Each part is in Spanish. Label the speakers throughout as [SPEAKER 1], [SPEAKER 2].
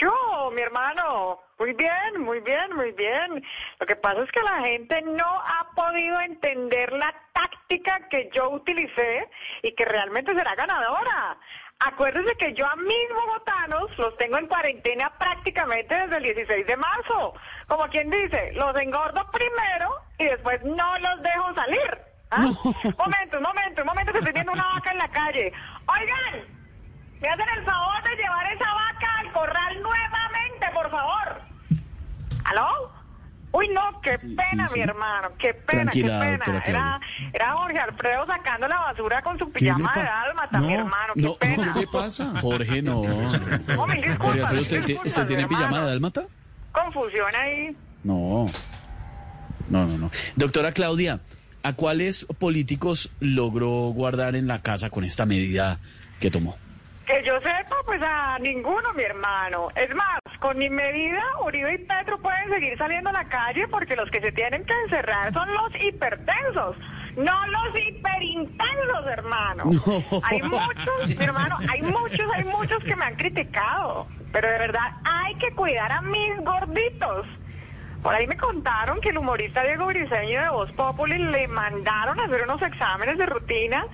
[SPEAKER 1] Yo, mi hermano, muy bien, muy bien, muy bien. Lo que pasa es que la gente no ha podido entender la táctica que yo utilicé y que realmente será ganadora. Acuérdense que yo a mis bogotanos los tengo en cuarentena prácticamente desde el 16 de marzo. Como quien dice, los engordo primero y después no los dejo salir. ¿ah? Momento, un momento, un momento que estoy viendo una vaca en la calle. Oigan, me hacen el favor de llevar esa vaca al corral nuevamente, por favor. ¿Aló? Uy, no, qué pena, mi hermano, qué pena,
[SPEAKER 2] Tranquila,
[SPEAKER 1] qué pena.
[SPEAKER 2] doctora Claudia.
[SPEAKER 1] Era, era Jorge Alfredo sacando la basura con su
[SPEAKER 2] ¿Qué le
[SPEAKER 1] pijama de
[SPEAKER 2] pa-
[SPEAKER 1] dálmata, mi
[SPEAKER 2] No,
[SPEAKER 1] hermano, qué
[SPEAKER 2] no,
[SPEAKER 1] pena.
[SPEAKER 2] ¿qué le pasa? Jorge, no.
[SPEAKER 1] No, mil
[SPEAKER 2] Jorge
[SPEAKER 1] disculpas,
[SPEAKER 2] Alfredo,
[SPEAKER 1] mil
[SPEAKER 2] ¿usted, ti-
[SPEAKER 1] disculpas,
[SPEAKER 2] usted tiene
[SPEAKER 1] mi
[SPEAKER 2] pijama
[SPEAKER 1] hermano.
[SPEAKER 2] de dálmata?
[SPEAKER 1] Confusión ahí.
[SPEAKER 2] No. No, no, no. Doctora Claudia, ¿a cuáles políticos logró guardar en la casa con esta medida que tomó?
[SPEAKER 1] Que yo sepa, pues a ninguno, mi hermano. Es más, con mi medida, Uribe y Petro pueden seguir saliendo a la calle porque los que se tienen que encerrar son los hipertensos, no los hiperintensos, hermano. Hay muchos, mi hermano, hay muchos, hay muchos que me han criticado. Pero de verdad, hay que cuidar a mis gorditos. Por ahí me contaron que el humorista Diego Briseño de Voz Populi le mandaron a hacer unos exámenes de rutina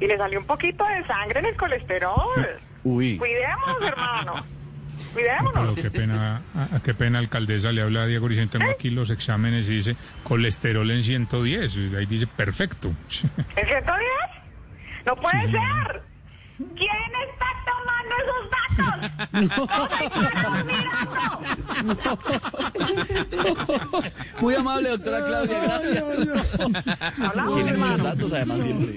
[SPEAKER 1] y le salió un poquito de sangre en el colesterol.
[SPEAKER 2] Uy.
[SPEAKER 1] Cuidémonos, hermano.
[SPEAKER 3] Pero
[SPEAKER 1] Cuidémonos.
[SPEAKER 3] qué pena, a, a qué pena alcaldesa le habla a Diego Ricén. Tengo aquí los exámenes y dice colesterol en 110. Y ahí dice perfecto.
[SPEAKER 1] ¿En 110? ¡No puede ser! ¿Quién está tomando esos datos? ¡No se encuentran mirando!
[SPEAKER 2] Muy amable, doctora Claudia, gracias.
[SPEAKER 1] Hablamos,
[SPEAKER 2] Tiene
[SPEAKER 1] hermano.
[SPEAKER 2] muchos datos, además, siempre.